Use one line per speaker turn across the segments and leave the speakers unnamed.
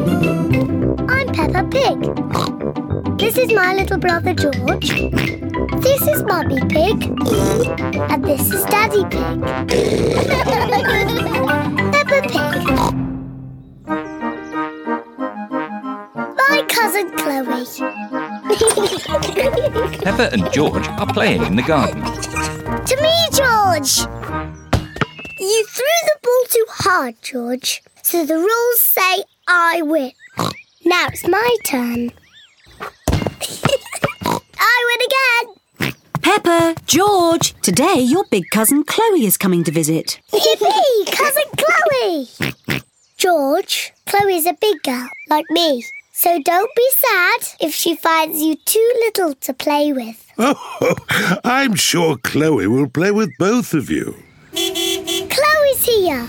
I'm Peppa Pig. This is my little brother George. This is Mummy Pig. And this is Daddy Pig. Peppa Pig. My cousin Chloe.
Pepper and George are playing in the garden.
to me, George! You threw the ball too hard, George. So the rules say I win. Now it's my turn. I win again!
Pepper, George, today your big cousin Chloe is coming to visit.
Yippee! Cousin Chloe! George, Chloe's a big girl, like me. So don't be sad if she finds you too little to play with.
Oh, I'm sure Chloe will play with both of you.
Chloe's here.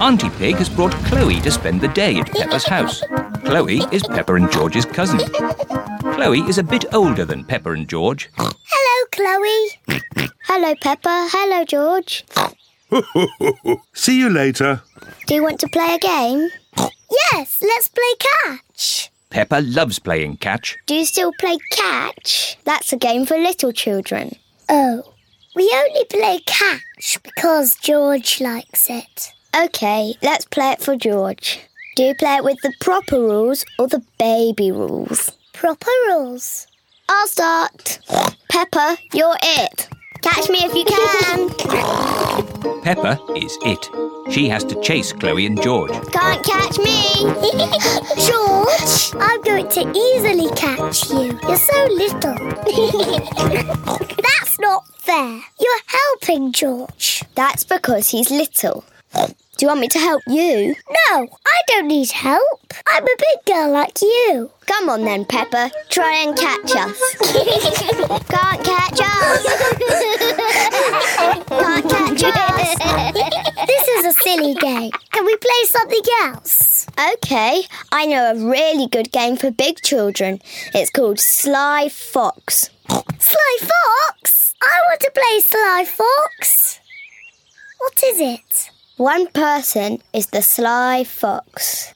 Auntie Pig has brought Chloe to spend the day at Pepper's house. Chloe is Pepper and George's cousin. Chloe is a bit older than Pepper and George.
Hello, Chloe. Hello, Peppa. Hello, George.
See you later.
Do you want to play a game? Yes, let's play catch.
Pepper loves playing catch.
Do you still play catch? That's a game for little children. Oh, we only play catch because George likes it. Okay, let's play it for George. Do you play it with the proper rules or the baby rules? Proper rules. I'll start. Pepper, you're it. Catch me if you can.
Pepper is it. She has to chase Chloe and George.
Can't catch me! George! I'm going to easily catch you. You're so little. That's not fair. You're helping George. That's because he's little. Do you want me to help you? No, I don't need help. I'm a big girl like you. Come on then, Pepper. Try and catch us. Can't catch us. Can't catch us. this is a silly game. Can we play something else? Okay, I know a really good game for big children. It's called Sly Fox. Sly Fox? I want to play Sly Fox. What is it? One person is the sly fox,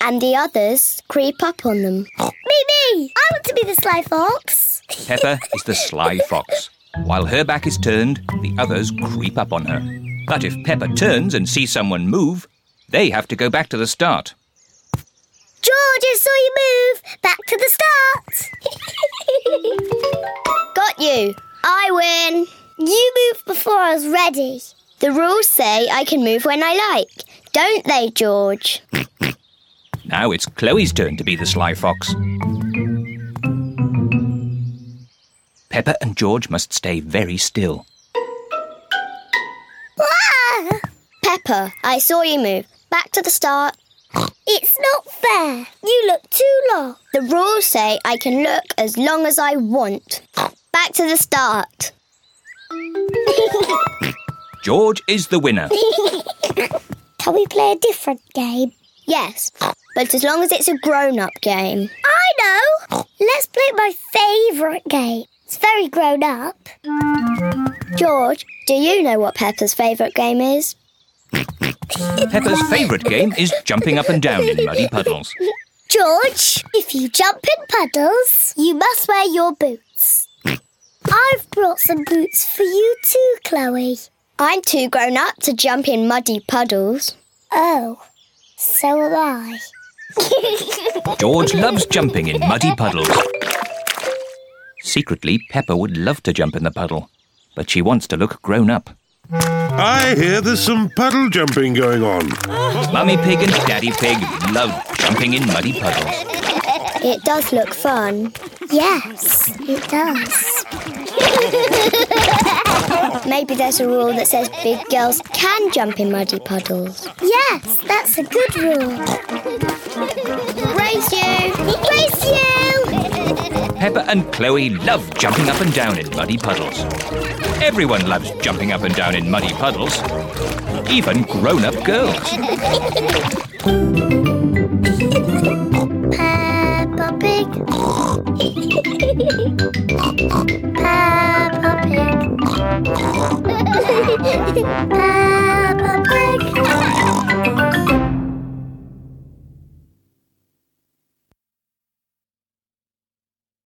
and the others creep up on them. Me, me! I want to be the sly fox.
Pepper is the sly fox. While her back is turned, the others creep up on her. But if Pepper turns and sees someone move, they have to go back to the start.
George, I saw you move. Back to the start. Got you. I win. You moved before I was ready. The rules say I can move when I like, don't they, George?
Now it's Chloe's turn to be the sly fox. Pepper and George must stay very still.
Pepper, I saw you move. Back to the start. It's not fair. You look too long. The rules say I can look as long as I want. Back to the start.
George is the winner.
Can we play a different game? Yes, but as long as it's a grown up game. I know! Let's play my favourite game. It's very grown up. George, do you know what Peppa's favourite game is?
Pepper's favourite game is jumping up and down in muddy puddles.
George, if you jump in puddles, you must wear your boots. I've brought some boots for you too, Chloe. I'm too grown up to jump in muddy puddles. Oh, so am I.
George loves jumping in muddy puddles. Secretly, Pepper would love to jump in the puddle, but she wants to look grown up.
I hear there's some puddle jumping going on.
Mummy Pig and Daddy Pig love jumping in muddy puddles.
It does look fun. Yes, it does. Maybe there's a rule that says big girls can jump in muddy puddles. Yes, that's a good rule. Race you! Race you!
Pepper and Chloe love jumping up and down in muddy puddles. Everyone loves jumping up and down in muddy puddles, even grown up girls.
Peppa Pig. Peppa Pig. Peppa